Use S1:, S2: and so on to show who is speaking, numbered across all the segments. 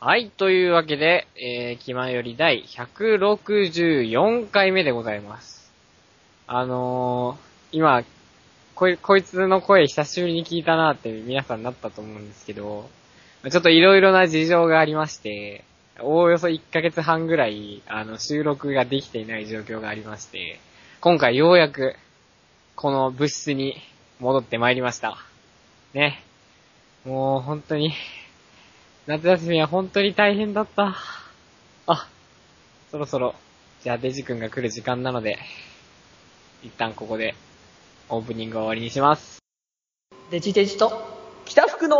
S1: はい、というわけで、えー、気前より第164回目でございます。あのー、今、こい、こいつの声久しぶりに聞いたなって皆さんなったと思うんですけど、ちょっといろいろな事情がありまして、おおよそ1ヶ月半ぐらい、あの、収録ができていない状況がありまして、今回ようやく、この物質に戻ってまいりました。ね。もう本当に、夏休みは本当に大変だった。あ、そろそろ、じゃあデジ君が来る時間なので、一旦ここで、オープニングを終わりにします。
S2: デジデジと北福の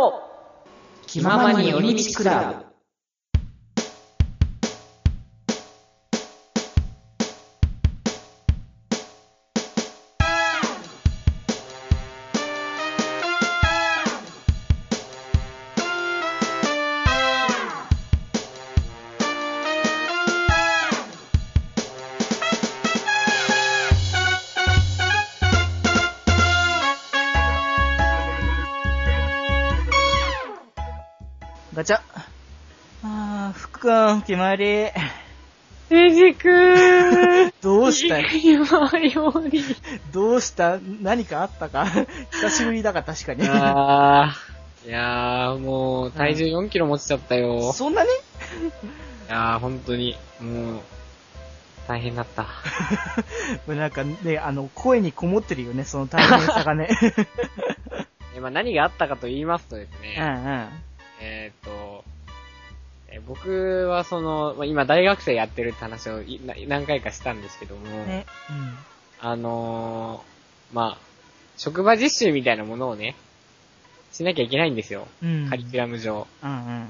S2: 気
S1: ままに寄り道クラ
S2: ガチャあー福くん決まり
S1: デジ君
S2: どう したい
S1: 今より。
S2: どうした何かあったか 久しぶりだから確かに
S1: あー、いやーもう、体重4キロ持ちちゃったよ。い
S2: そんなに
S1: やー本当に、もう、大変だった。
S2: もうなんかねあの声にこもってるよねその大変さ がね
S1: え、まあ、何があったかと言いますとですね、
S2: うんうん
S1: えーっと、えー僕はその、まあ、今大学生やってるって話をいな何回かしたんですけども、
S2: ね
S1: あのー、まあ、職場実習みたいなものをね、しなきゃいけないんですよ。
S2: うんうん
S1: カリキュラム上。
S2: うんうん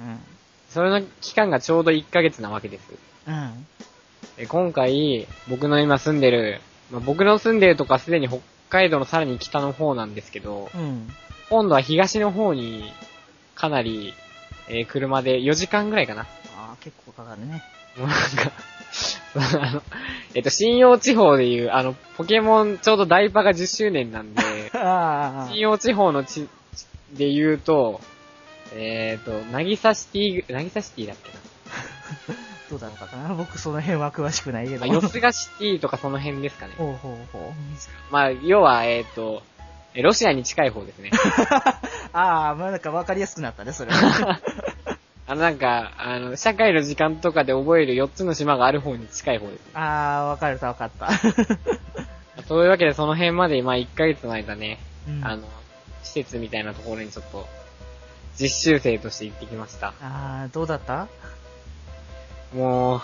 S1: それの期間がちょうど1ヶ月なわけです。
S2: うんうん
S1: で今回、僕の今住んでる、まあ、僕の住んでるとかすでに北海道のさらに北の方なんですけど、
S2: うん
S1: 今度は東の方に、かなり、えー車で4時間ぐらいかな。
S2: あー結構かかるね
S1: もうなんか、 そのあの、えっと、信用地方でいう、あの、ポケモンちょうどダイパが10周年なんで、
S2: あ
S1: 信用地方のち、で言うと、えっ、と、なぎさシティぐ、なぎさシティだっけ
S2: ーどうだったかな僕その辺は詳しくないけど
S1: な。 まあ、四がシティとかその辺ですかね。
S2: ほうほうほう
S1: まあ、要は、えっ、と、えロシアに近い方ですね。
S2: ああまあなんか分かりやすくなったねそ れは
S1: あの、なんか、あの、社会の時間とかで覚える4つの島がある方に近い方ですね。
S2: あー、わかるさ、わかった。
S1: そういうわけで、その辺まで、まあ、1ヶ月の間ね、
S2: うん
S1: あの、施設みたいなところにちょっと、実習生として行ってきました。
S2: あー、どうだった
S1: も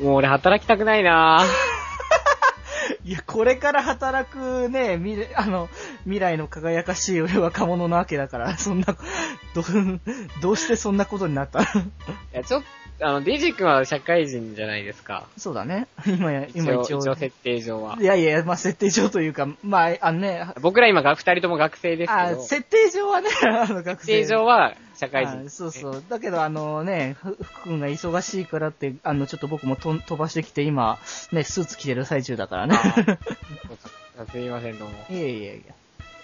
S1: う、もう俺働きたくない なぁ。
S2: いや、これから働くね、未来、あの、未来の輝かしい若者なわけだから、そんな、ど、どうしてそんなことになった
S1: いや、ちょっと、あの、デイジ君は社会人じゃないですか。
S2: そうだね。今や、今一応。。
S1: 一応設定上はい
S2: やいや、まあ、設定上というか、まあ、あのね、
S1: 僕ら今が、二人とも学生です
S2: あ
S1: け
S2: ー
S1: ど、設
S2: 設定上はね、あの、学生。
S1: 定上は社会
S2: あ
S1: 人。
S2: そうそう。だけど、あのね、ふ福君が忙しいからって、あの、ちょっと僕もとん飛ばしてきて、今、ね、スーツ着てる最中だからね。
S1: あすいません、どうも。
S2: いやいやいや。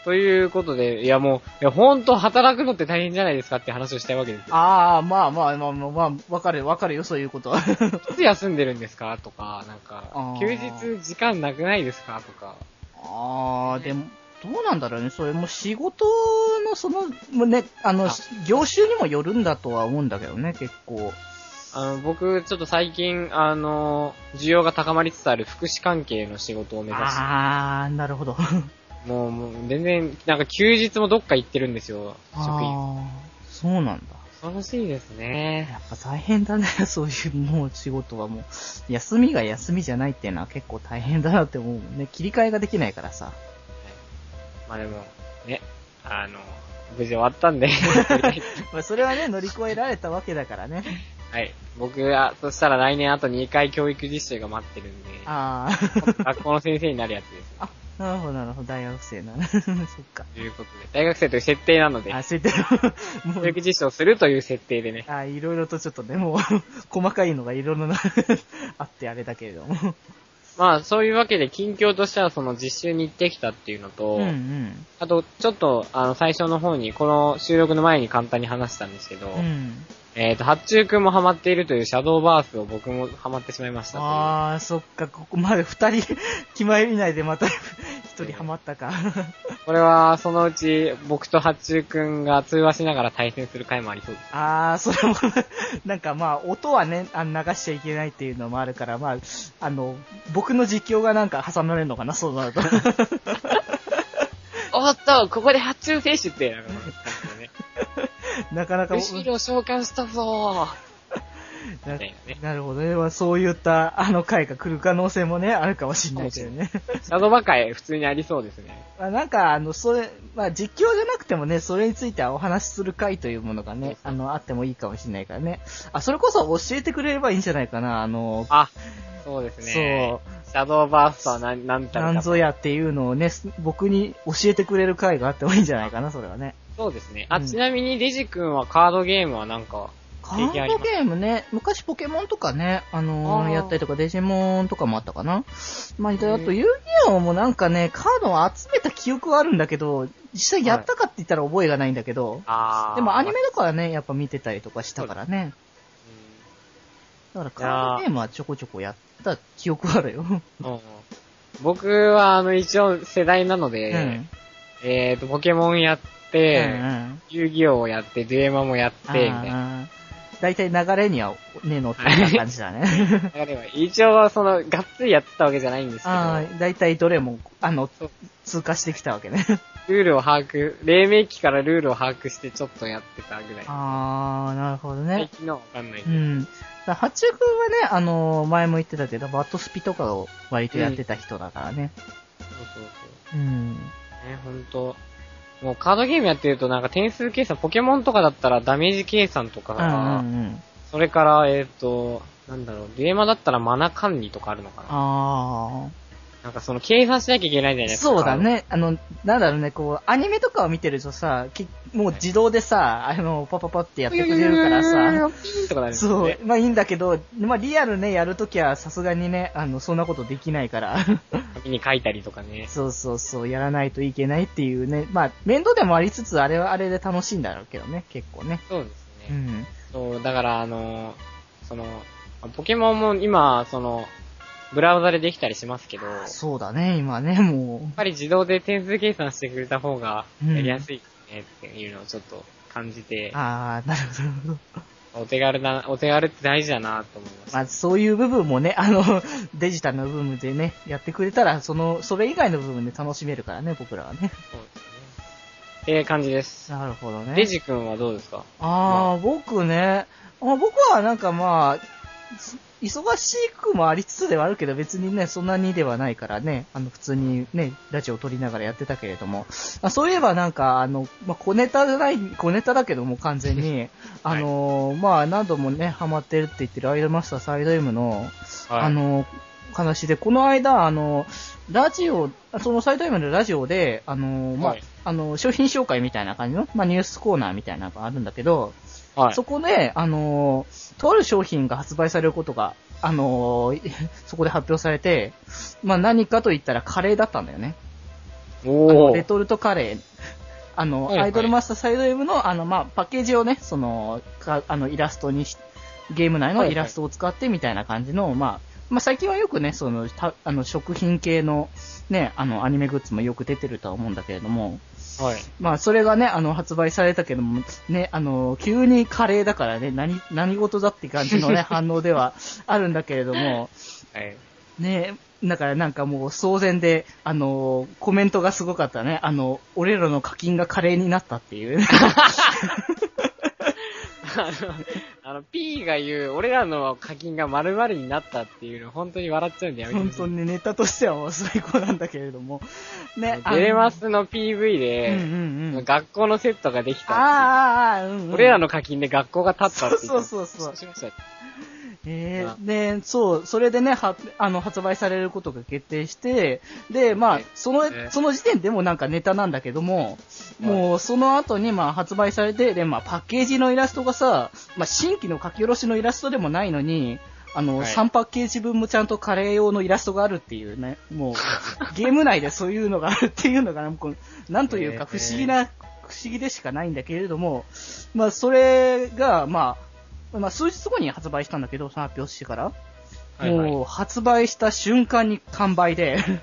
S1: ということで、いやもう、いや、ほんと働くのって大変じゃないですかって話をしたいわけですよ。
S2: ああ、まあまあまあまあ、まあ、わかるわかるよ、そういうことは。
S1: いつ休んでるんですかとか、なん
S2: あ
S1: か
S2: ー、
S1: 休日時間なくないですかとか。
S2: ああ、でも、どうなんだろうね。それも仕事のその、もうね、あの
S1: あ、
S2: 業種にもよるんだとは思うんだけどね、結構。
S1: あの、僕、ちょっと最近、あの、需要が高まりつつある福祉関係の仕事を目指して、
S2: ああ、なるほど。
S1: もう、もう全然、なんか休日もどっか行ってるんですよ、職員。
S2: ああ、そうなんだ。
S1: 楽しいですね。
S2: やっぱ大変だね、 そういうもう仕事はもう。休みが休みじゃないっていうのは結構大変だなって思うもんね。切り替えができないからさ。
S1: まあでも、ね、あの、無事終わった んで。
S2: まあそれはね、乗り越えられたわけだからね。
S1: はい。僕は、そしたら来年あと2回教育実習が待ってるんで、
S2: ああ。
S1: 学校の先生になるやつです。
S2: あ、 なるほど、なるほど。大学生な。 そっか。
S1: ということで、大学生という設定なので、
S2: あ、そういったも
S1: 教
S2: う、
S1: 育実習をするという設定でね。
S2: あ、 いろいろとちょっとね、もう、細かいのがいろいろな、あってあれだけれども。
S1: まあ、そういうわけで、近況としては、その実習に行ってきたっていうのと、
S2: うんうん。
S1: あと、ちょっと、あの、最初の方に、この収録の前に簡単に話したんですけど、
S2: うん。
S1: えっ、と、八中くんもハマっているというシャドーバースを僕もハマってしまいましたという
S2: あー、そっか、ここまで二人、 決まりないでまた一人ハマったか。
S1: これは、そのうち、僕と八中くんが通話しながら対戦する回もありそうです。
S2: あー、それも、なんかまあ、音はね、あの流しちゃいけないっていうのもあるから、まあ、あの、僕の実況がなんか挟まれるのかな、そうなると。
S1: おっと、ここで八中選手って、なんか、 ね、
S2: なかなか、
S1: 後ろ召喚したぞ
S2: な
S1: みたいなね。
S2: なるほどね。まあ、そういった、あの回が来る可能性もね、あるかもしれないけどね。
S1: シャドーバー界、普通にありそうですね。
S2: まあ、なんか、あの、それ、まあ、実況じゃなくてもね、それについてはお話しする回というものがね、あの、あってもいいかもしれないからね。あ、それこそ教えてくれればいいんじゃないかな、あの、
S1: あ、そうですね。そう。シャドーバースとは何、何た
S2: なん
S1: るか。
S2: ぞやっていうのをね、す僕に教えてくれる回があってもいいんじゃないかな、それはね。
S1: そうですね。あ、
S2: うん
S1: ちなみにデジ君はカードゲームはなんか、
S2: カード
S1: あります
S2: ゲームね、昔ポケモンとかね、あのー
S1: あー
S2: やったりとか、デジモンとかもあったかな。まあ、あ
S1: ー
S2: と、遊戯王もなんかね、カードを集めた記憶はあるんだけど、実際やったかって言ったら覚えがないんだけど、
S1: あー
S2: でもアニメだからね、やっぱ見てたりとかしたからね。だからカードゲームはちょこちょこやった記憶はあるよ。
S1: うんうん僕は、あの、一応世代なので、
S2: うん。
S1: えーと、ポケモンやって、
S2: うん
S1: 遊戯王をやって、デュエマもやって、みたいな。
S2: うん。だいたい流れにはね、乗ってた感じだね。
S1: だからでも一応、その、がっつりやってたわけじゃないんですけど、
S2: ああ、だいたいどれも、あの
S1: そう、
S2: 通過してきたわけね。
S1: ルールを把握、黎明期からルールを把握してちょっとやってたぐらい。
S2: ああ、なるほどね
S1: 最。近のはわかんないけ
S2: う
S1: ど。
S2: ん。だから八中君はね、あのー前も言ってたけど、バットスピとかを割とやってた人だからね。
S1: そうそうそう。
S2: うん。
S1: ね、ほんと。もうカードゲームやってるとなんか点数計算、ポケモンとかだったらダメージ計算とか、
S2: うんうんうん。
S1: それから、えっ、と、なんだろう、デュエマだったらマナ管理とかあるのかな
S2: あ
S1: なんかその計算しなきゃいけないじゃない
S2: あ。
S1: ですか。
S2: そうだ。ね。あの、なんだろうね、こう、アニメとかを見てるとさ、きもう自動でさ、あの、パパパってやってくれるからさ、
S1: ピーンとかなるんですよ
S2: そ
S1: ね
S2: う。。まあいいんだけど、まあリアルね、やるときはさすがにね、あの、そんなことできないから。
S1: 紙に書いたりとかね。
S2: そうそうそう、やらないといけないっていうね。まあ、面倒でもありつつ、あれはあれで楽しいんだろうけどね、結構ね。
S1: そうです
S2: う
S1: ね。
S2: ん。
S1: そう、だからあのその、ポケモンも今、その、ブラウザでできたりしますけど、やっ
S2: そうだね、今ね、も
S1: ぱり自動で点数計算してくれた方が
S2: うん
S1: やりやすいねっていうのをちょっと感じて
S2: う。、ああ、なるほど。
S1: お手軽だ、お手軽って大事だなと思いました。
S2: まあ、そういう部分もね、あの、 デジタルの部分でね、やってくれたら、その、それ以外の部分で楽しめるからね、僕らはね。
S1: そうですね。って感じです。
S2: なるほどね。
S1: デジ君はどうですか
S2: ああ、僕ね、あ僕はなんかまあ、す忙しくもありつつではあるけど、別にね、そんなにではないからね、あの、普通にね、ラジオを撮りながらやってたけれども、あそういえばなんか、あの、まあ、小ネタじゃない、小ネタだけども完全に、あのーまあ、何度もね、ハマってるって言ってるアイドルマスターサイド M の、あ、の、話で、この間、あの、ラジオ、そのサイド M のラジオで、あの、まあ、
S1: はい
S2: あの、商品紹介みたいな感じの、まあ、ニュースコーナーみたいなのがあるんだけど、
S1: はい。
S2: そこで、あの、とある商品が発売されることが、あの、 そこで発表されて、まあ、何かと言ったらカレーだったんだよね。あの
S1: お
S2: レ
S1: ー。
S2: トルトカレー。あの、
S1: はいはい
S2: アイドルマスターサイド M の、あの、まあ、パッケージをね、その、かあの、イラストにし、ゲーム内のイラストを使ってみたいな感じの、まあ、まあ、最近はよくね、その、たあの、食品系の、ね、あの、アニメグッズもよく出てるとは思うんだけれども、
S1: はい。
S2: まあ、それがね、あの、発売されたけども、ね、あの、急にカレーだからね、何、何事だって感 じのね、反応ではあるんだけれども、
S1: はい。
S2: ねえ、だからなんかもう騒然で、あのーコメントがすごかったね。あの、俺らの課金がカレーになったっていう。
S1: あの、あの、P が言う、俺らの課金が〇〇になったっていうの、本当に笑っちゃうんでやめて
S2: 本
S1: ほしい
S2: 当にネタとしてはもう最高なんだけれども。ね、
S1: デレマ
S2: す。
S1: スの PV
S2: うん
S1: で、
S2: うんうん。
S1: 学校のセットができ
S2: あ
S1: たっ
S2: あ、ああ、うん
S1: てい
S2: うん。
S1: う。俺らの課金で学校が立った
S2: そ
S1: っ
S2: う
S1: て言
S2: そう
S1: う。
S2: そうそう。
S1: しました。
S2: え
S1: あ
S2: ー、で、そう、それでね、は、あの、発売されることが決定して、で、まあ
S1: ね、
S2: その、
S1: ね
S2: その時点でもなんかネタなんだけども、もう、その後に、まあ、発売されて、で、まあ、パッケージのイラストがさ、まあ、新規の書き下ろしのイラストでもないのに、あの、
S1: はい
S2: 3パッケージ分もちゃんとカレー用のイラストがあるっていうね、もう、ゲーム内でそういうのがあるっていうのが、こうなんというか不思議な、不思議でしかないんだけれども、まあ、それが、まあ、まあ、数日後に発売したんだけど、発表してから。
S1: はいはい
S2: もう、発売した瞬間に完売で、もうもう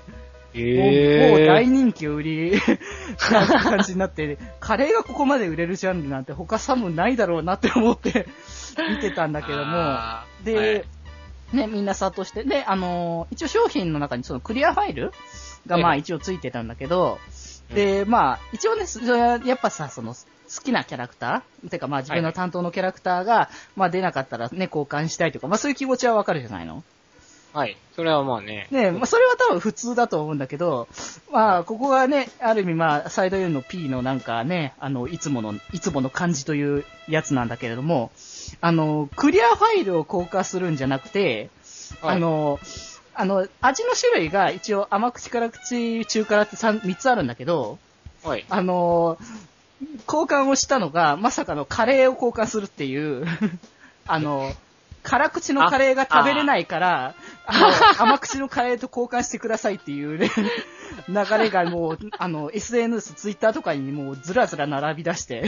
S1: えー。
S2: 大人気売り な感じになって、カレーがここまで売れるジャンルなんて他サムないだろうなって思って見てたんだけども、
S1: あー
S2: で、、ね、みんな殺到して、で、あのー一応商品の中にそのクリアファイルがまあ
S1: ええ
S2: 一応ついてたんだけど、
S1: うん
S2: で、まあ、一応ね、それはやっぱさ、その、好きなキャラクターてかまあ自分の担当のキャラクターが、まあ出なかったらね、交換したいとか、まあそういう気持ちはわかるじゃないの
S1: はい。はいそれはまあね。
S2: ねまあ、それは多分普通だと思うんだけど、まあ、ここがね、ある意味、まあ、サイド U の P のなんかね、あの、いつもの、いつもの感じというやつなんだけれども、あの、クリアファイルを硬化するんじゃなくて、
S1: はい
S2: あの、あの、味の種類が一応甘口から口、中からって三三つあるんだけど、
S1: はい。
S2: あの、交換をしたのが、まさかのカレーを交換するっていう、 あの、辛口のカレーが食べれないから、あの、甘口のカレーと交換してくださいっていうね、流れがもう、あの、SNS、ツイッターとかにもうずらずら並び出して、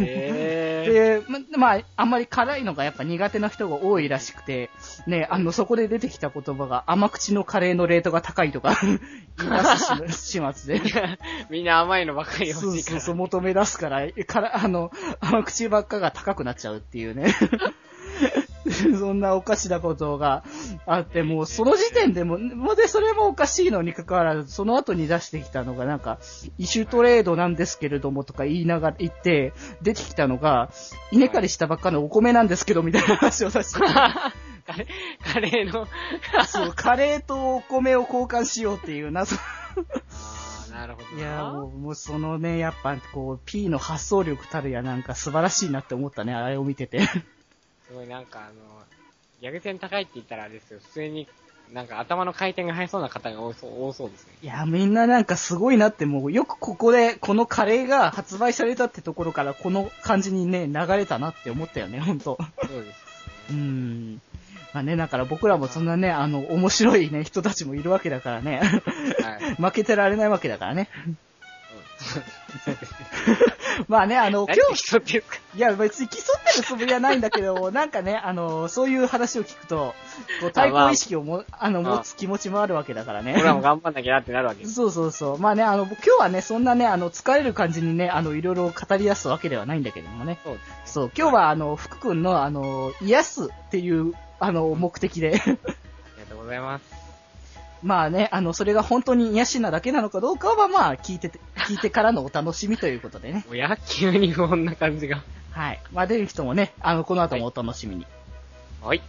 S1: え
S2: で、ま、まあ、あんまり辛いのがやっぱ苦手な人が多いらしくて、ね、あの、そこで出てきた言葉が甘口のカレーのレートが高いとか、言い出す始末で。
S1: ー。 みんな甘いのばかり
S2: そ
S1: 欲
S2: う
S1: しいか
S2: そう
S1: ら。
S2: そう、求め出すから、から、あの、甘口ばっかが高くなっちゃうっていうね。 そんなおかしなことがあって、もうその時点でも、もうで、それもおかしいのに関わらず、その後に出してきたのが、なんか、イシュトレードなんですけれどもとか言いながら、言って、出てきたのが、稲刈りしたばっかのお米なんですけど、みたいな話を させて、
S1: カレー、カレーの。
S2: そう、カレーとお米を交換しようっていう謎。
S1: あー、なるほどな。
S2: いやーもう、もうそのね、やっぱこう、P の発想力たるやなんか素晴らしいなって思ったね、あれを見て て。
S1: すごいなんかあの、逆転高いって言ったらあれですよ。普通に、なんか頭の回転が速そうな方が多そう多そうですね。
S2: いやーみんななんかすごいなって、もうよくここで、このカレーが発売されたってところから、この感じにね、流れたなって思ったよね、ほんと。
S1: そうです
S2: うー
S1: ね。
S2: ん。まあね、だから僕らもそんなね、あの、面白いね、人たちもいるわけだからね。
S1: はい。うん
S2: 負けてられないわけだからね。 まあね、 あの、今
S1: 何
S2: 日
S1: て、人っていうか。
S2: いや、別に競ってるつもりはないんだ けど、なんかね、あの、そういう話を聞くと、こう対抗意識をも、あの、
S1: まあ
S2: 持つ気持ちもあるわけだからね
S1: 俺。らも頑張んなきゃなってなるわけです。
S2: そうそうそう。まあね、あの、今日はね、そんなね、あの、疲れる感じにね、あの、いろいろ語り出すわけではないんだけどもね。
S1: そうですね。
S2: そう、今日はあの、福くんの、あの、癒すっていう、あの、目的で。
S1: ありがとうございます。
S2: まあね、あの、それが本当に癒しなだけなのかどうかは、まあ、聞いてて、聞いてからのお楽しみということでね。
S1: もう野球にこんな感じが。
S2: はい。まあ、出る人もね、あの、この後もお楽しみに。
S1: はい。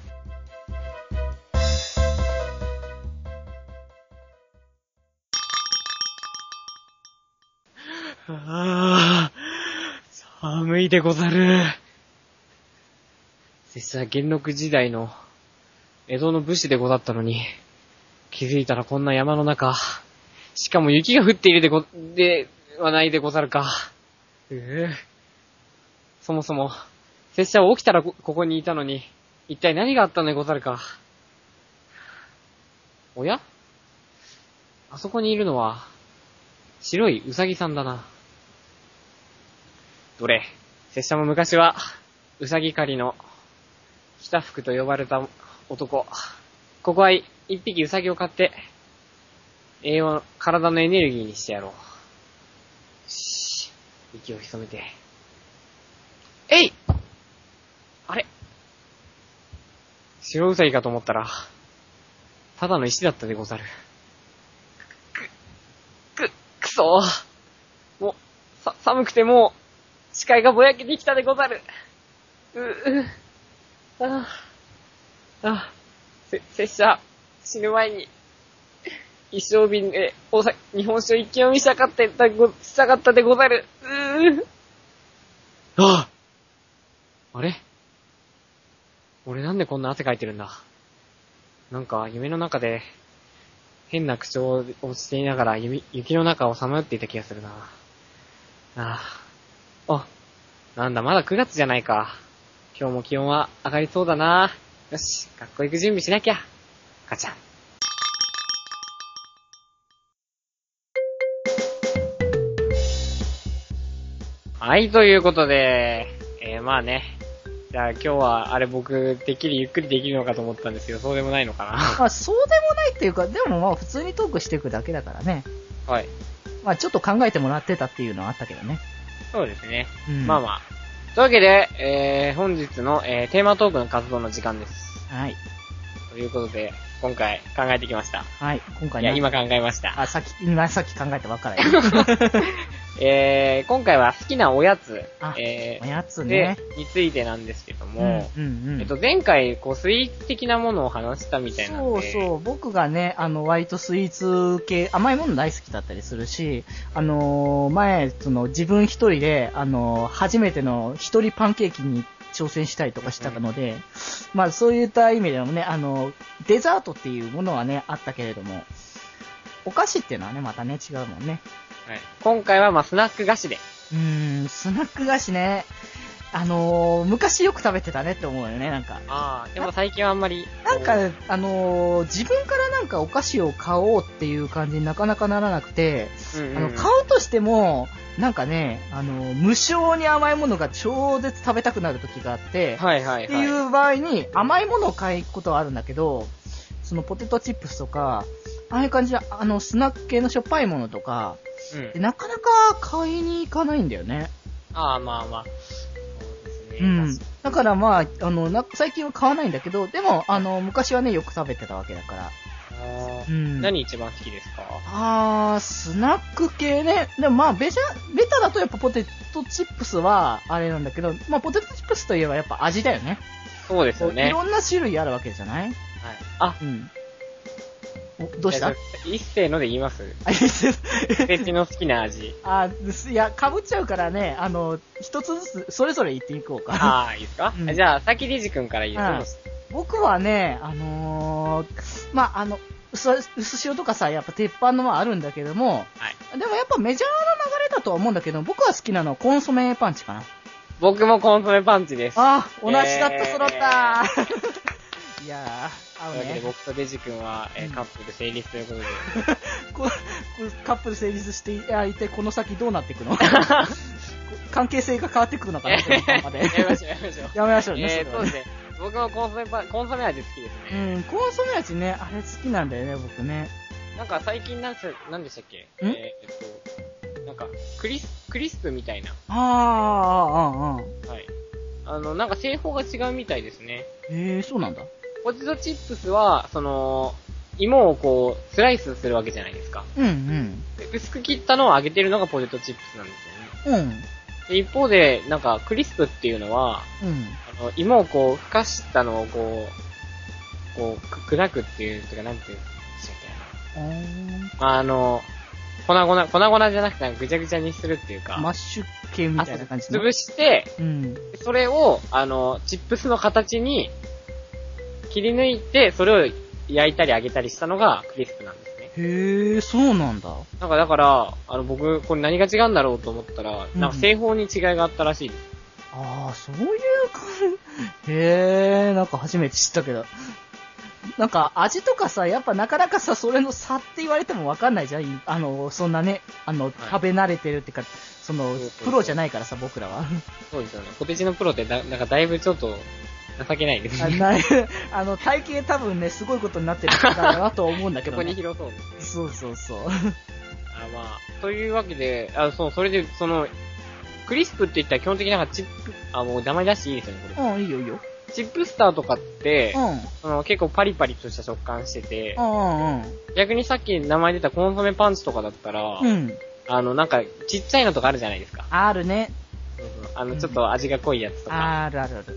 S1: ああ、寒いでござる。拙者は元禄時代の江戸の武士でござったのに、気づいたらこんな山の中、しかも雪が降っているでご、ではないでござるか。ううそもそも、拙者は起きたらこここにいたのに、一体何があったのでござるか。おやあそこにいるのは、白いウサギさんだな。どれ、拙者も昔は、ウサギ狩りの、北福と呼ばれた男。ここはい一匹ウサギを買って、栄養の、体のエネルギーにしてやろう。よし、息を潜めて。えいあれ白ウサギかと思ったら、ただの石だったでござる。く、く、くそーもう、さ、寒くてもう、視界がぼやけてきたでござる。う、う、ああ、ああ、せ、拙者、死ぬ前に、一生瓶で、おさ、日本酒を一気飲みしたかって、だご、したかったでござる。ううあああれ俺なんでこんな汗かいてるんだなんか、夢の中で、変な口調をしていながら雪、雪の中をさまよっていた気がするな。ああ。あ、なんだ、まだ9月じゃないか。今日も気温は上がりそうだな。よし、学校行く準備しなきゃ。ガチャン。はい、ということで、えー、まあね。じゃあ今日は、あれ僕、てっきりゆっくりできるのかと思ったんですけど、そうでもないのかな。
S2: まあ、そうでもないっていうか、でもまあ、普通にトークしていくだけだからね。
S1: はい。
S2: まあ、ちょっと考えてもらってたっていうのはあったけどね。
S1: そうですね。
S2: うん
S1: まあまあ。というわけで、えー、本日の、えー、テーマトークの活動の時間です。
S2: はい。
S1: ということで、今回考えてきました。
S2: はい。今回
S1: い
S2: ね
S1: や、今考えました。
S2: あ、さっき、今さっき考えたばっかり だよ。
S1: えー、今回は好きなおやつ、
S2: あ
S1: え
S2: おやつ
S1: ー、
S2: ね。
S1: で、についてなんですけども、
S2: うん、うん、うん。
S1: えっと、前回、こう、スイーツ的なものを話したみたいなん
S2: そう
S1: で。
S2: そう、僕がね、あの、割とスイーツ系、甘いもの大好きだったりするし、あのー前、その、自分一人で、あのー初めての一人パンケーキに挑戦したりとかしたので、まあ、そういった意味でもね、あの、デザートっていうものはね、あったけれども、お菓子っていうのはね、またね、違うもんね。
S1: はい、今回は、まあ、スナック菓子で。
S2: うーん、スナック菓子ね、あのー昔よく食べてたねって思うよね、なんか。
S1: ああ、でも最近はあんまり。
S2: なん
S1: こ
S2: か、あのー自分からなんかお菓子を買おうっていう感じになかなかならなくて、
S1: う、うんうん
S2: あの、買うとしても、なんかね、あのー無性に甘いものが超絶食べたくなる時があって、
S1: はいはい
S2: って
S1: はい。
S2: いう場合に甘いものを買うことはあるんだけど、そのポテトチップスとか、ああいう感じの、あの、スナック系のしょっぱいものとか、
S1: うん
S2: でなかなか買いに行かないんだよね。
S1: ああ、まあまあ。そうですね。
S2: うん
S1: 確か。
S2: だからまあ、あの、な最近は買わないんだけど、でも、あの、昔はね、よく食べてたわけだから。
S1: にあ
S2: う
S1: ー
S2: ん。
S1: 何一番好きですか
S2: あー、スナック系ね。でもまあ、ベジャ、ベタだとやっぱポテトチップスは、あれなんだけど、まあ、ポテトチップスといえばやっぱ味だよね。
S1: そうですよ
S2: こうい
S1: ね。はい。
S2: ろんな種類あるわけじゃない
S1: あ、
S2: うん。お、どうし
S1: え
S2: た
S1: っと一斉ので言います
S2: あいいです
S1: 私の好きな 味。
S2: あですいや、かぶっちゃうからね、あの、一つずつ、それぞれ言っていこうか。
S1: ああ、いいですか、
S2: うん
S1: じゃあ、先リジ君からいいですか
S2: 僕はね、あのーまあ、あの、薄薄塩とかさ、やっぱ鉄板のはあるんだけども、
S1: は
S2: でもやっぱメジャーの流れだとは思うんだけど、僕は好きなのはコンソメパンチかな。
S1: 僕もコンソメパンチです。
S2: あー、同じだった、
S1: えー
S2: 揃った。いやー、
S1: と
S2: 合
S1: いうわ
S2: う
S1: けで、
S2: ね。
S1: 僕とデジ君は、えー
S2: うん
S1: カップル成立ということで。
S2: ここカップル成立して、いや、一体この先どうなっていく のこ関係性が変わってくるのかな、このま まで。
S1: やめましょう、やめましょう。
S2: やめましょうね。
S1: え
S2: そ
S1: ー、
S2: れ
S1: そう
S2: はね
S1: ですね。僕もコンソメパン、コンソメ味好きですね。
S2: うん、コンソメ味ね、あれ好きなんだよね、僕ね。
S1: なんか最近なんす、なんでしたっけえーえっと、なんか、クリス、クリスプみたいな。
S2: ああ、ああ、ああ。
S1: はい。あの、なんか製法が違うみたいですね。
S2: ええー、そうなんだ。
S1: ポテトチップスは、その、芋をこう、スライスするわけじゃないですか。
S2: うん、うん。
S1: で薄く切ったのを揚げてるのがポテトチップスなんですよね。
S2: うん、
S1: で一方で、なんか、クリスプっていうのは、
S2: うん。
S1: あの、芋をこう、ふかしたのをこう、こう、く砕くっていう、とか、なんていうんでしたっ
S2: あー
S1: けな。あの、粉々、粉々じゃなくて、ぐちゃぐちゃにするっていうか、
S2: マッシュ系みたいな感じの。
S1: 潰して、
S2: うん。
S1: それを、あの、チップスの形に切り抜いて、それを焼いたり揚げたりしたのがクリスプなんですね。
S2: へえ、そうなんだ。
S1: なんかだから、あの、僕、これ何が違うんだろうと思ったら、
S2: うん
S1: なんか製法に違いがあったらしいです。
S2: ああ、そういう感じ。へえ、なんか初めて知ったけど。なんか味とかさ、やっぱなかなかさ、それの差って言われてもわかんないじゃん。あの、そんなね、あの、食べ慣れてるっていうか、その
S1: そうそうそう、
S2: プロじゃないからさ、僕らは。
S1: そうですよね。ポテチのプロってだ、なんかだいぶちょっと、情けないです
S2: あ
S1: ね。
S2: な あの、体型多分ね、すごいことになってるんだろうなと思うんだけ
S1: そ
S2: ど
S1: こに
S2: ね。
S1: 広そうですね。
S2: そうそうそう。
S1: あまあ、というわけで、あそう、それで、その、クリスプって言ったら基本的になんかチップ、あ、もう名前出していいですよね、こ
S2: うん、いいよいいよ。
S1: れ。チップスターとかって
S2: う、ん。うん
S1: その結構パリパリとした食感してて、
S2: うん
S1: 逆にさっき名前出たコンソメパンチとかだったら、
S2: うん。うん。
S1: あの、なんか、ちっちゃいのとかあるじゃないですか。
S2: あるね。
S1: あの、ちょっと味が濃いやつとか。
S2: あるあるある。
S1: だか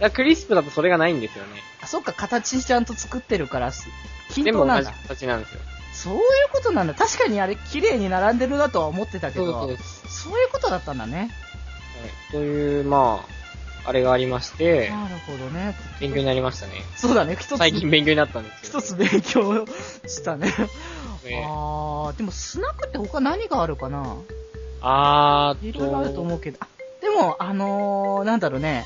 S1: らクリスプだとそれがないんですよね。
S2: あ、そっか、形ちゃんと作ってるから、す均
S1: 全部
S2: 等な
S1: 同
S2: ん
S1: じ
S2: だ。
S1: 形なんですよ。
S2: そういうことなんだ。確かにあれ、綺麗に並んでるなとは思ってたけ
S1: そう
S2: ど、
S1: そうそう。はい。
S2: そういうことだったんだね。
S1: という、まあ、あれがありまして、
S2: なるほどね。
S1: 勉強になりましたね。
S2: そうだね、一つ、
S1: 最近勉強になったんですけど。
S2: 一つ勉強し たね。
S1: ね。
S2: あー、でもスナックって他何があるかな
S1: あーっと、
S2: いろいろあると思うけど、あ、でも、あのー、なんだろうね、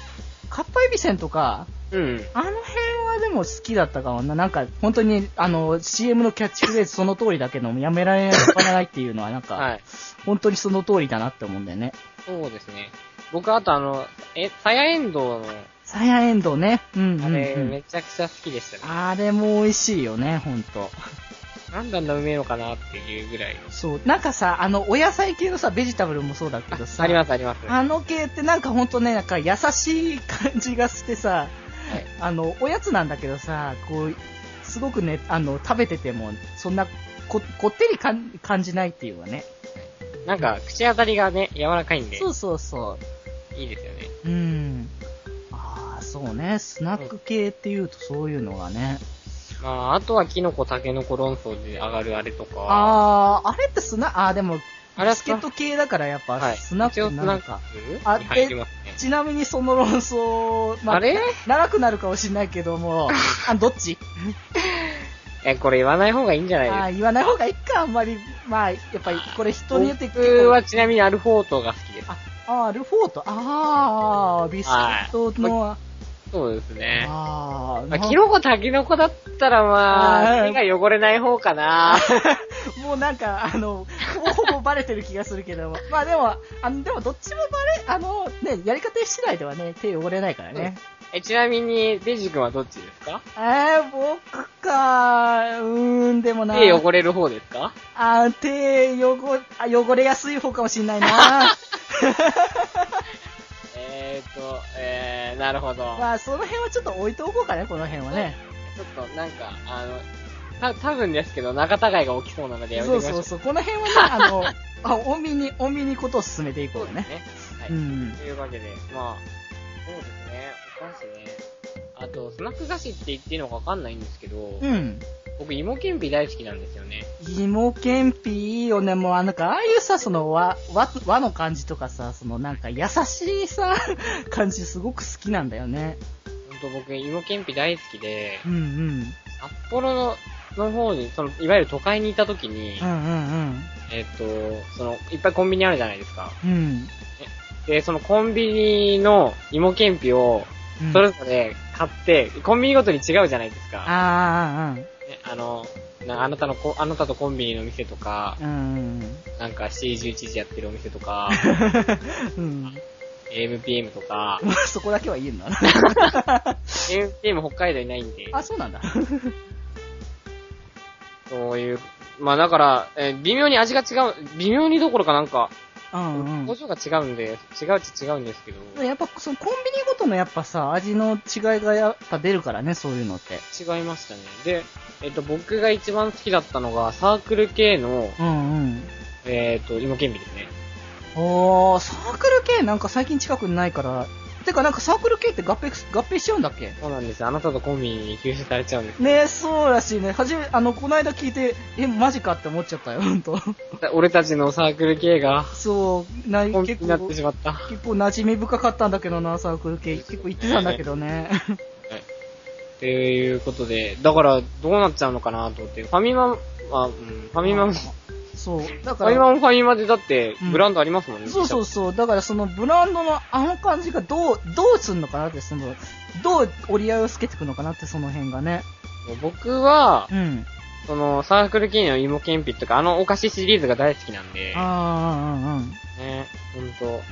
S2: かっぱえびせんとか、
S1: うん。
S2: あの辺はでも好きだったかもな。なんか、本当に、あの、CM のキャッチフレーズその通りだけど、やめられない、やらないっていうのは、なんか、
S1: はい。
S2: 本当にその通りだなって思うんだよね。
S1: そうですね。僕、あとあの、え、サヤエンドウの、
S2: サヤエンドウね。うん、うん、
S1: あ
S2: うん。
S1: れ、めちゃくちゃ好きでしたね。
S2: あれも美味しいよね、ほんと。
S1: なんであんなうめえのかなっていうぐらいの。
S2: そう。なんかさ、あの、お野菜系のさ、ベジタブルもそうだけどさ、
S1: あります、あります。は
S2: あの系ってなんかほんとね、なんか優しい感じがしてさ、
S1: い。
S2: あの、おやつなんだけどさ、こう、すごくね、あの、食べてても、そんな、こ、こってりかん感じないっていうかね。
S1: なんか、口当たりがね、柔らかいんで
S2: そ、うそうそ
S1: いいですよね。
S2: う。うん。ああ、そうね。スナック系っていうとそういうのがね。
S1: まあ、あとはキノコ、タケノコ論争で上がるあれとか、
S2: ああ、あれってスナああー、でも、
S1: あれは
S2: ビスケット系だからやっ
S1: は
S2: ぱ、
S1: い。
S2: スナッ
S1: 一応
S2: ク
S1: ス
S2: な
S1: ナ
S2: の
S1: ッ
S2: か。
S1: クに入りますね。
S2: ちなみにその論争、ま
S1: あれ
S2: 長くなるかもしれないけど も、あどっち
S1: え、これ言わない方がいいんじゃないです
S2: あ
S1: か
S2: ー言わない方がいいか、あんまり。まあ、やっぱり、これ人によって結
S1: 僕
S2: 構
S1: はちなみにアルフォートが好きです。
S2: あ、あールフォート。ああ、ビスケットの、
S1: そうですね。
S2: あ
S1: ま
S2: あ、
S1: あ、キノコ、タケノコだったらま
S2: あ
S1: あ、
S2: ー
S1: 手が汚れない方かな。
S2: もうなんか、あの、ほぼほぼバレてる気がするけども。まあでも、あの、でもどっちもバレ、あの、ね、やり方次第ではね、手汚れないからね。
S1: え、ちなみに、デジ君はどっちですか
S2: えー、僕か、うーん、でもな。
S1: 手汚れる方ですか
S2: あー、手汚、あ汚れやすい方かもしんな いな。
S1: えーと、えー、なるほど。
S2: まあ、その辺はちょっと置いとこうかね、この辺はね。
S1: ちょっと、なんか、あの、た、多分ですけど、仲違いが起きそうなのでやめてみ
S2: そう
S1: ましょう。
S2: そう
S1: う
S2: そう。この辺はね、あの、 あ、おみに、おみにことを進めていこうね。
S1: ですね。はい。
S2: うん。
S1: というわけで、まあ、そうですね、お菓子ね。あと、スナック菓子って言っていいのかわかんないんですけど、
S2: うん。
S1: 僕、芋けんぴ大好きなんですよね。
S2: 芋けんぴいいよね。もう、あの、ああいうさ、その、和、和、和の感じとかさ、その、なんか、優しいさ、 感じすごく好きなんだよね。
S1: ほんと僕、芋けんぴ大好きで、
S2: うんうん。
S1: 札幌の、の方に、その、いわゆる都会にいた時に、
S2: うんうん
S1: えっ、と、その、いっぱいコンビニあるじゃないですか。
S2: うん。うん。
S1: で、そのコンビニの芋けんぴを、
S2: うん
S1: それぞれ買って、コンビニごとに違うじゃないですか。
S2: あー
S1: ねあの、なあなたのこ、あなたとコンビニの店とか
S2: あー、、うん。うん
S1: なんか C11 時やってるお店とか、
S2: うん。 うん。
S1: AMPM とか、
S2: そこだけは言えんな。
S1: AMPM 北海道にないんで、
S2: あ、そう なんだ。
S1: そういう、まあだから、えー微妙に味が違う、微妙にどころかなんか、
S2: うんう
S1: 工場が違うんで、違うっちゃ違うんですけど、
S2: ん。やっぱ、そのコンビニごとのやっぱさ、味の違いがやっぱ出るからね、そういうのって。
S1: 違いましたね。で、えっ、と、僕が一番好きだったのが、サークル系の、
S2: うんうん。
S1: えっ、と、芋けんぴですね。
S2: おー、サークル系なんか最近近くにないから。てかなんかサークル系って合併、合併しちゃうんだっけ
S1: そうなんです。あなたとコンビニに吸収されちゃうんです。
S2: ねえ、そうらしいね。はじめ、あの、こないだ聞いて、え、マジかって思っちゃったよ、ほんと。
S1: 俺たちのサークル系が、
S2: そう、ない、
S1: コンビ
S2: 結
S1: ニにな
S2: 構、
S1: ってし
S2: 結
S1: まった。
S2: 構馴染み深かったんだけどな、サークル系。結構行ってたんだけど ね。
S1: ということで、だから、どうなっちゃうのかなと思って、ファミマ、あ、うん、ファミマも、フ
S2: そう。だか
S1: ァミマ
S2: ら、
S1: もファミマでだって
S2: うん、
S1: ブランドありますもんね。
S2: そうそうそう。だからそのブランドのあの感じがどう、どうすんのかなって、その、どう折り合いをつけていくのかなって、その辺がね。
S1: 僕は
S2: う、ん。
S1: その、サークル系の芋けんぴとか、あのお菓子シリーズが大好きなんで、
S2: あー、うんうんうん。
S1: ね、ほんと。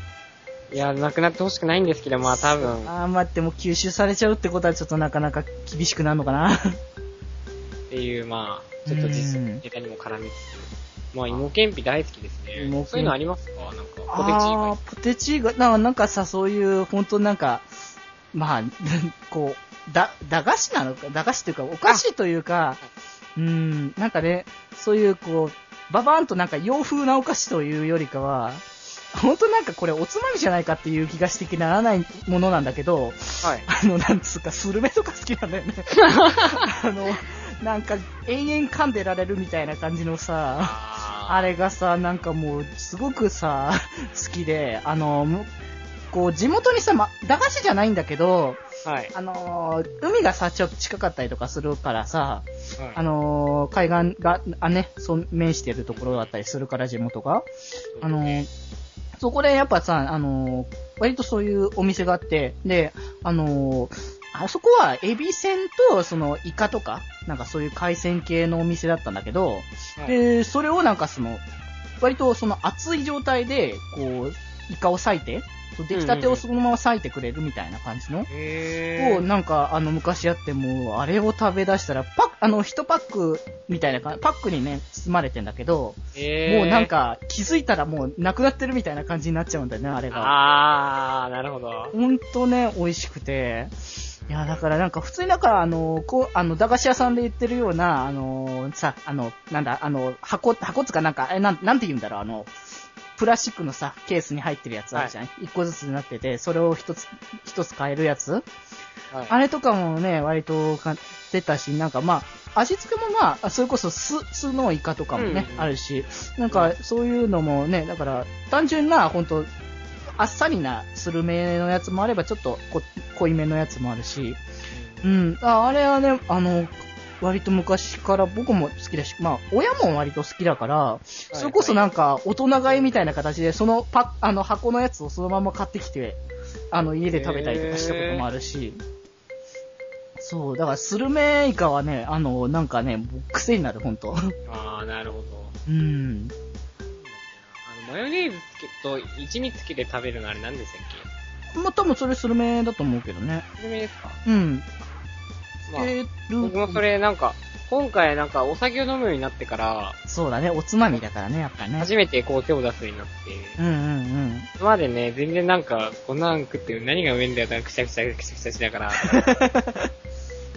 S1: いや、なくなってほしくないんですけど、まあ多分、
S2: あー、待って、もう吸収されちゃうってことはちょっとなかなか厳しくなるのかな。
S1: っていう、まあ、ちょっと実
S2: うん
S1: ネタにも絡みつつ、まあ、芋けんぴ大好きですね
S2: 芋けん。ぴ
S1: そういうのありますかなんか、ポテチ以
S2: あ
S1: 外
S2: ー、。ポテチが、ななんかさ、そういう、本当なんか、まあ、 こう、だ、駄菓子なのか、駄菓子というか、お菓子というか、うん、なんかね、そういう、こう、ババーンとなんか洋風なお菓子というよりかは、本当なんかこれおつまみじゃないかっていう気がしてきならないものなんだけど、
S1: はい。
S2: あの、なんつうか、スルメとか好きなんだよ ね。あの、なんか、永遠噛んでられるみたいな感じのさ、あ
S1: あ
S2: れがさ、なんかもう、すごくさ、 好きで、あの、むこう、地元にさ、ま、駄菓子じゃないんだけど、
S1: れはい。
S2: あのー、海がさ、ちょっと近かったりとかするからさ、
S1: はい
S2: あのー、海岸が、あ、ね、そう、面してるところだったりするから、地元が。あのー、そこでやっぱさ、あのー、割とそういうお店があって、で、あのー、あそこはエビせんと、そのイカとか、なんかそういう海鮮系のお店だったんだけど、
S1: はい
S2: で、それをなんかその、割とその熱い状態で、こう、イカを裂いて、こう出来たてをそのまま裂いてくれるみたいな感じの、
S1: へ
S2: を
S1: ー。
S2: なんか、あの、昔やっても、あれを食べ出したら、パック、あの、一パックみたいな感じ、パックにね、包まれてんだけど、
S1: へー
S2: もうなん。か、気づいたらもうなくなってるみたいな感じになっちゃうんだよね、あれが。
S1: あー、なるほど。
S2: ほんとね、美味しくて。いや、だからなんか普通になんかあの、こう、あの、駄菓子屋さんで言ってるような、あの、さ、あの、なんだ、あの、箱、箱つかなんか、え、なん、なんて言うんだろう、あの、プラスチックのさ、ケースに入ってるやつあるじゃん。一、個ずつになってて、それを一つ、一つ買えるやつ。
S1: はい
S2: あれとかもね、割と買ってたし、なんかまあ、味付けもまあ、それこそ酢、酢のイカとかもね、
S1: うん
S2: あるし、なんかそういうのもね、だから単純な、ほんと、あっさりなスルメのやつもあれば、ちょっとこ濃いめのやつもあるし、うん、ああれはね、あの、割と昔から僕も好きだし、まあ、親も割と好きだから、それこそなんか、大人買いみたいな形で、そのパあの箱のやつをそのまま買ってきて、あの、家で食べたりとかしたこともあるし、そう、だから、スルメイカはね、あの、なんかね、もう癖になる、ほんと。
S1: あー、なるほど。
S2: うん。
S1: あの、マヨネーズつけと一味つけて食べるのあれ何でしたっ
S2: まあ、多分それスルメだと思うけどね。
S1: けスルメですか
S2: うん。
S1: まあ、
S2: えール
S1: 僕もそれなんか、今回なんかお酒を飲むようになってから、
S2: そうだね、おつまみだからね、やっぱね。
S1: 初めてこう手を出すようになって、
S2: うんう んうん。
S1: 今までね、全然なんか、こんなん食って何がうめえんだよ、なんかくしゃくしゃくしゃくしゃしなが ら。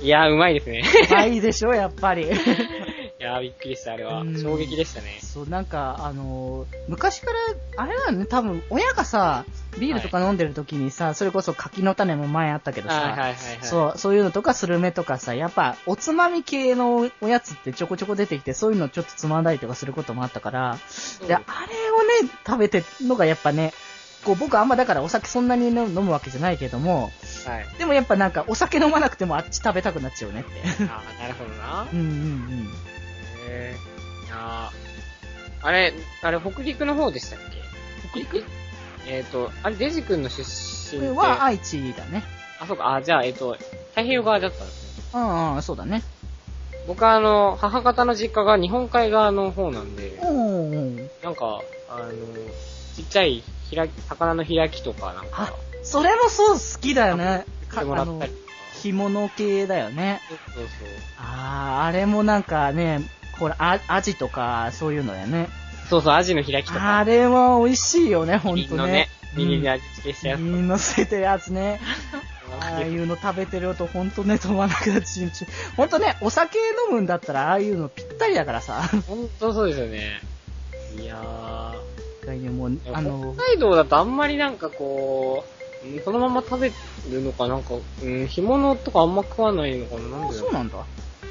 S1: いやー、うまいですね。
S2: あ、いいでしょ、やっぱり。
S1: いやー、びっくりした、あれは
S2: う。ん
S1: 衝撃でしたね。
S2: そう、なんか、あのー昔から、あれだね、多分、親がさ、ビールとか飲んでる時にさ、それこそ柿の種も前あったけどさ、
S1: はいはいはいはい。
S2: そう、そういうのとかスルメとかさ、やっぱ、おつまみ系のおやつってちょこちょこ出てきて、そういうのちょっとつまんだりとかすることもあったから、
S1: そう
S2: で、あれをね、食べてのがやっぱね、こう僕あんまだからお酒そんなに飲む飲むわけじゃないけども、
S1: はい。
S2: でもやっぱなんかお酒飲まなくてもあっち食べたくなっちゃうねって。
S1: あー、なるほどな。
S2: うんうんうん。
S1: へーいやーあれ、あれ、北陸の方でしたっけ
S2: 北陸
S1: えっ、と、あれ、デジ君の出身
S2: こ
S1: って
S2: れは愛知だね。
S1: あ、そうか、あ、じゃあ、えっ、と、太平洋側だったんですね。
S2: うんうん、そうだね。
S1: 僕は、あの、母方の実家が日本海側の方なんで、
S2: うんうん。
S1: なんか、あの、ちっちゃい開き、魚の開きとか、なん
S2: あ
S1: か、、
S2: それもそう好きだよね。
S1: 買ってもらったり
S2: あの
S1: とか。
S2: 干物系だよね。
S1: そうそうそう。
S2: ああ、あれもなんかね、ほら、あアジとか、そういうのやね。
S1: そうそう、アジの開きとか。
S2: あれは美味しいよね、ほん
S1: みりん
S2: と
S1: の
S2: ね
S1: ね。、みりんで味付けしたやつとか。
S2: 身乗せてるや つね。ああ
S1: あ
S2: いうの食べてると、ほんとね、止まらなくなっちゃう。ほんとね、お酒飲むんだったら、ああいうのぴったりだか らさ。
S1: ほんとそうですよね。いやー。
S2: 一回ねもう、あの
S1: 北、海道だとあんまりなんかこう、うんそのまま食べるのかなんか、うん、干物とかあんま食わないのかななん
S2: あ
S1: でだ
S2: そ
S1: ろ
S2: うなんだ。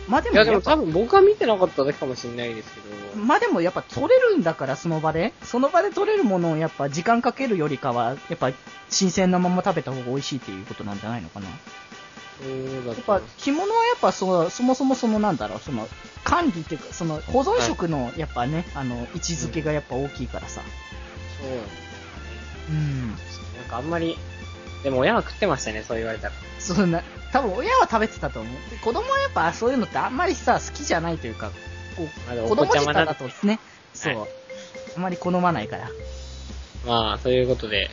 S2: まあで
S1: うい
S2: も
S1: やで
S2: や
S1: も
S2: っぱ、
S1: 多分僕は見てなかっただけかもしれないですけど、
S2: まあでもやっぱ取れるんだから、その場で。その場で取れるものをやっぱ時間かけるよりかは、やっぱ新鮮なまま食べた方が美味しいっていうことなんじゃないのかな。
S1: そうだ
S2: やっぱ着物はやっぱそそもそもそのなんだろうその管理っていうかその保存食のやっぱね、あの位置づけがやっぱ大きいからさ、
S1: そうなんです
S2: うん、
S1: ね。なんかあんまり、でも親は食ってましたね、そう言われたら。
S2: そんな多分親は食べてたと思うで子供はやっぱそういうのってあんまりさ好きじゃないというかこ
S1: まだ
S2: う
S1: お子
S2: 子供
S1: ちゃ
S2: 自
S1: ま
S2: 体
S1: だ
S2: だとねそう、
S1: は
S2: あんまり好まないから
S1: まあ、ということで、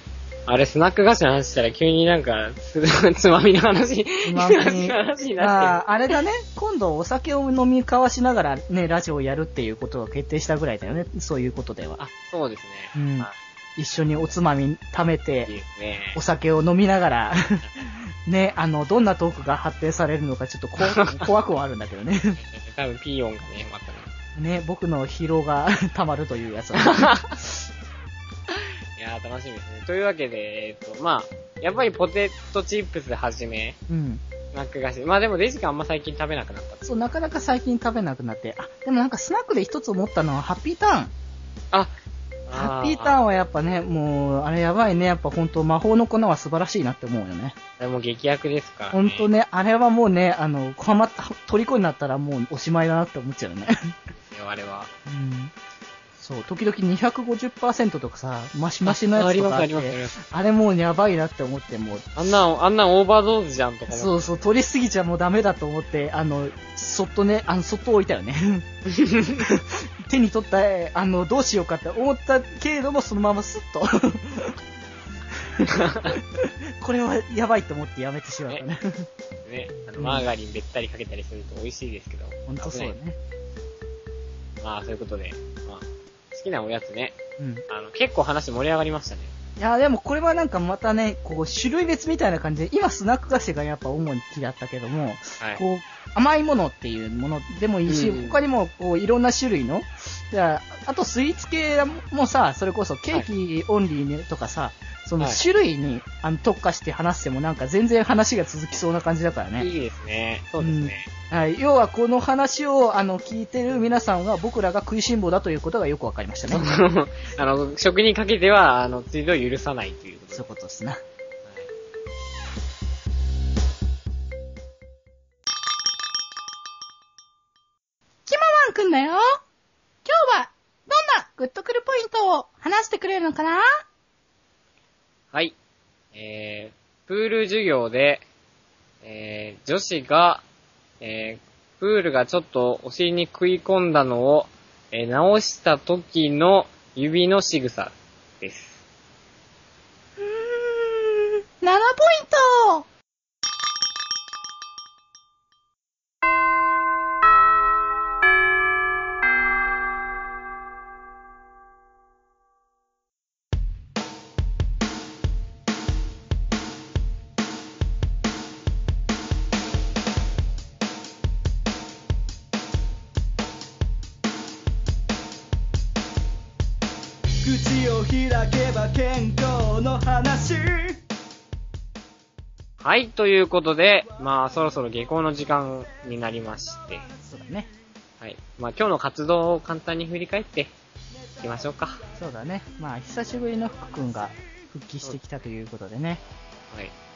S1: あれ、スナック菓子の話したら急になんか、すつまみの話、
S2: つまみ
S1: つの話になっ
S2: あーあれだね今度お酒を飲み交わしながらねラジオをやるっていうことが決定したぐらいだよねそういうことで
S1: てる。
S2: は
S1: あ、そうです
S2: う
S1: ね。
S2: ん
S1: まあ
S2: 一緒におつまみ貯めて
S1: いいですね。
S2: お酒を飲みながら、 ね、あの、どんなトークが発展されるのかちょっとこ 怖くはあるんだけどね。
S1: 多分ピーヨンがね、またね。
S2: ね、僕の疲労が 溜まるというやつは。
S1: いやー、楽しみですね。というわけで、えっ、と、まあ、やっぱりポテトチップスはじめ、
S2: うん。
S1: スナック菓子。まあでもデジ君あんま最近食べなくなったって
S2: そう、なかなか最近食べなくなって。あ、でもなんかスナックで一つ思ったのは、ハッピーターン。
S1: あ、
S2: ハ
S1: あ
S2: ッピーター
S1: ン。
S2: ンはやっぱね、もう、あれやばいね。やっぱ本当魔法の粉は素晴らしいなって思うよね。
S1: でも激薬ですから、ね。
S2: 本当
S1: ね。
S2: ね、あれはもうね、あの、こまった、虜になったらもうおしまいだなって思っちゃうよね。
S1: あれは。
S2: うん。そう、時々250%とかさ、マシマシなや
S1: あ
S2: つ
S1: り
S2: と
S1: ます
S2: かあ
S1: あ
S2: っ
S1: りますあり
S2: て、
S1: ます。
S2: あれもうやばいなって思って、もう、
S1: あんなん、あんなんオーバードーズじゃんとか。
S2: そううそう、取りすぎちゃもうダメだと思って、あの、そっとね、あの、そっと置いたよね。 手に取った、えあの、どうしようかって思ったけれども、そのまますっと。 これはやばいと思ってやめてしまったね。
S1: ね。あの、マーガリンべったりかけたりすると美味しいですけど。
S2: ほんとそう
S1: 危
S2: だね。
S1: ないまあ、そういうことで、まあ、好きなおやつね。
S2: うん。
S1: あの、結構話盛り上がりましたね。
S2: いや、でもこれはなんかまたね、こう、種類別みたいな感じで、今スナック菓子がやっぱ主に木だったけども、
S1: はい。
S2: こう、甘いものっていうものでもいいし、
S1: うん
S2: 他にもこう、いろんな種類の、じゃあ、あとスイーツ系もさ、それこそケーキオンリーねとかさ、その
S1: はい
S2: 種類にあの特化して話してもなんか全然話が続きそうな感じだからね。
S1: いいですね。そうですね。
S2: はい、要はこの話をあの聞いてる皆さんは僕らが食いしん坊だということがよくわかりましたね。
S1: あの、食にかけては、あの、追悼を許さないということ
S2: そういうことですな。
S3: キマワンくんだよ。今日は、どんなグッとくるポイントを話してくれるのかな
S1: はい。えー、プール授業で、えー、女子が、えー、プールがちょっとお尻に食い込んだのを、えー直した時の指の仕草です。
S3: うーん、7ポイント
S2: 口を開けば健康の話。
S1: はい、ということで、まあ、そろそろ下校の時間になりまして、
S2: そうだね。
S1: はい。まあ、今日の活動を簡単に振り返って、いきましょうか。は
S2: そうだね。まあ、久しぶりの福くんが復帰してきたということでね。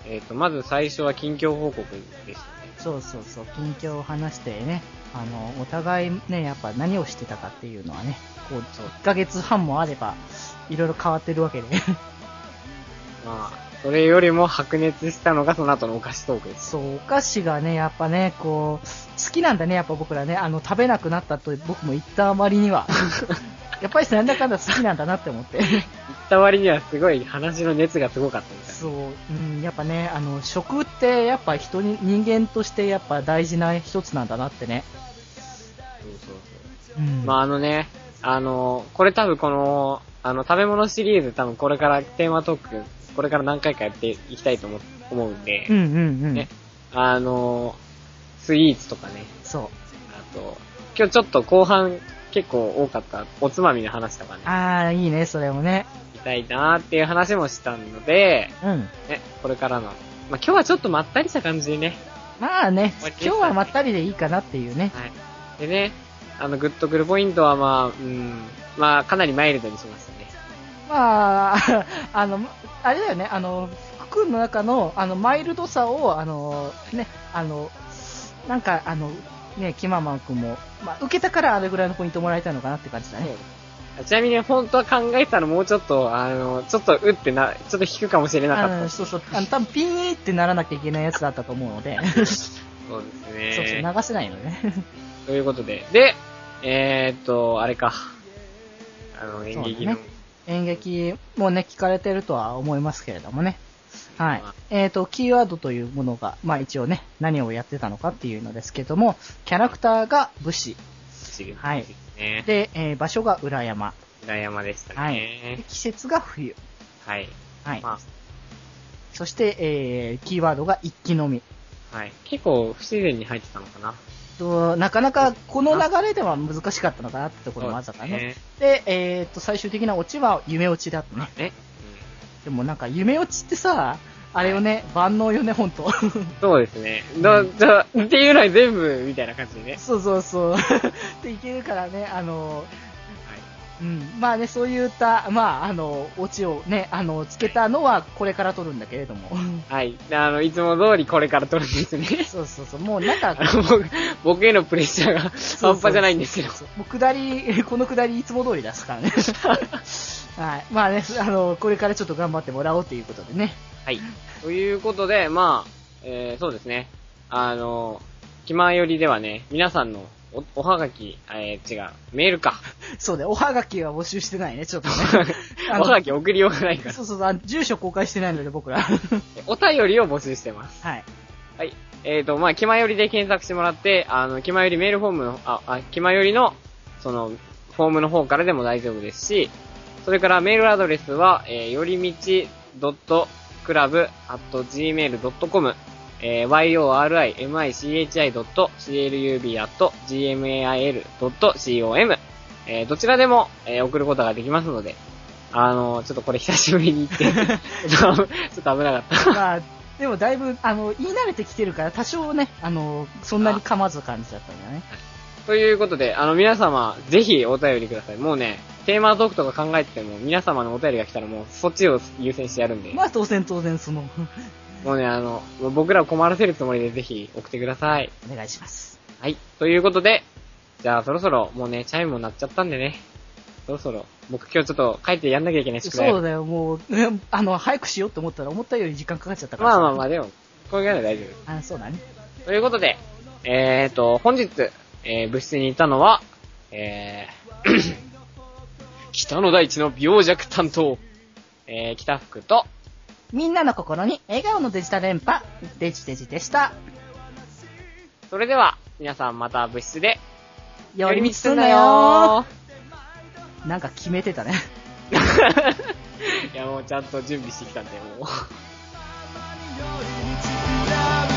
S1: い。えっ、と、まず最初は近況報告でしたね。
S2: そうそうそう、近況を話してね、あの、お互いね、やっぱ何をしてたかっていうのはね、こう、
S1: そう
S2: 1ヶ月半もあれば、いろいろ変わってるわけで。
S1: まあ、それよりも白熱したのがその後のお菓子トークです。
S2: そう、お菓子がね、やっぱね、こう、好きなんだね、やっぱ僕らね、あの、食べなくなったと僕も言ったあまりには。やっぱりなんだかんだ好きなんだなって思って。
S1: 言った割にはすごい話の熱がすごかったみたい
S2: そう、うん、やっぱね、あの、食ってやっぱ人に、人間としてやっぱ大事な一つなんだなってね。
S1: そうそう
S2: う
S1: そ
S2: ん。
S1: う。まああのね、あの、これ多分この、あの食べ物シリーズ多分これからテーマトーク、これから何回かやっていきたいと思思うんで、
S2: うんうんうん。
S1: ねあの、スイーツとかね、
S2: そ
S1: あと、今日ちょっと後半結構多かったおつまみの話とかね
S2: う。、ああ、いいね、それもね。
S1: いたいなーっていう話もしたので、
S2: うん。
S1: ね、これからの、まあ今日はちょっとまったりした感じでね、
S2: まあね、
S1: 終わ
S2: 今
S1: りです
S2: 日はまったりでいいかなっていうね。
S1: はい。でね、あの、グッとくるポイントはまあ、うん、まあ、かなりマイルドにしましたね。
S2: まあ、あの、あれだよね、あの、福君の中の、あの、マイルドさを、あの、ね、あの、なんか、あの、ね、キママン君も、まあ、受けたからあれぐらいのポイントもらえたのかなって感じだね。
S1: ちなみにね、本当は考えてたのもうちょっと、あの、ちょっとうってな、ちょっと引くかもしれなかった。
S2: うん、そうそう、あの、多分ピーってならなきゃいけないやつだったと思う ので、
S1: そうですね。
S2: そうそう、流せないのね。
S1: ということで。で、えー、っと、あれか。あの、演劇の。
S2: そうだね演劇もね、聞かれてるとは思いますけれどもね。はい
S1: まあ。
S2: えっ、と、キーワードというものが、まあ一応ね、何をやってたのかっていうのですけども、キャラクターが武
S1: 不
S2: 士、
S1: 思議
S2: はい
S1: ですね。
S2: で、えー場所が裏山、
S1: 裏山でした
S2: で
S1: ね。
S2: 季節が冬。
S1: はい。
S2: はい。
S1: ま
S2: そして、えー、キーワードが一気のみ。
S1: あ、はい。結構不自然に入ってたのかな。
S2: となかなかこの流れでは難しかったのかなってところもあったからね。で、えっ、と、最終的なオチは夢落ちだったね。
S1: そうですね。ね。
S2: でもなんか夢落ちってさ、あれをね、万能よね、ほんと。
S1: うんそうですね。ど、じゃ、っていうのは全部、みたいな感じでね。
S2: そうそうそう。で、いけるからね、あの、
S1: はい。
S2: うん、まあね、そういった、まあ、あの、オチをね、あの、つけたのはこれから撮るんだけれども。
S1: はい。あの、いつも通りこれから撮るんですね。
S2: そうそうそう、もうなん
S1: あ
S2: か、
S1: の、僕、僕へのプレッシャーが
S2: そう
S1: 半端じゃないんですよ。
S2: そうもう下り、 この下りいつも通りです からね。はい。まあね、あの、これからちょっと頑張ってもらおうということでね。
S1: はい。ということで、まあ、えー、そうですね。あの、気前よりではね、皆さんのお、おはがき、えー、違う、メール か。
S2: そうね、おはがきは募集してないね、ちょっとね。 あ
S1: お
S2: の
S1: はがき送りようがないから。
S2: そうそうそう、あの住所公開してないので 僕ら。は
S1: お便りを募集してます。
S2: い。
S1: はい。えーと、まあ、気前よりで検索してもらって、あの、気前よりメールフォームの、あ、あ、気前よりの、その、フォームの方からでも大丈夫ですし、それからメールアドレスは、えー、よりみち .club.gmail.com、えー、yorimichi.club.gmail.com、えー、どちらでも、えー、送ることができますので、あの、ちょっとこれ久しぶりに言って、 ちょっとちょっと危なかった。
S2: まあ、でもだいぶ、あの、言い慣れてきてるから、多少ね、あの、そんなに噛まず感じだったんだね。
S1: ということで、あの皆様、ぜひお便りください。もうね、テーマトークとか考えてても、皆様のお便りが来たらもうそっちを優先してやるんで、
S2: まあ当然当然その、
S1: もうね、あの、もう僕らを困らせるつもりでぜひ送ってください。
S2: お願いします。
S1: はい。ということで、じゃあそろそろ、もうね、チャイムも鳴っちゃったんでね。そろそろ、僕今日ちょっと帰ってやんなきゃいけない宿題。
S2: そうだよ、もう、うんあの、早くしようと思ったら思ったより時間かかっちゃったから。
S1: まあまあまあ、
S2: あ。
S1: でも、これぐらいで大丈夫です。
S2: あそうだね。
S1: ということで、えーと、本日、えー、部室にいたのは、えー、 北の大地の病弱担当、えー、北福と、
S2: みんなの心に笑顔のデジタル連覇、デジデジでした。
S1: それでは、皆さんまた部室で、
S2: 寄り道すんなよなんか決めてたね。
S1: いや、もうちゃんと準備してきたんで、も
S4: 寄り道
S1: う。
S4: クラブ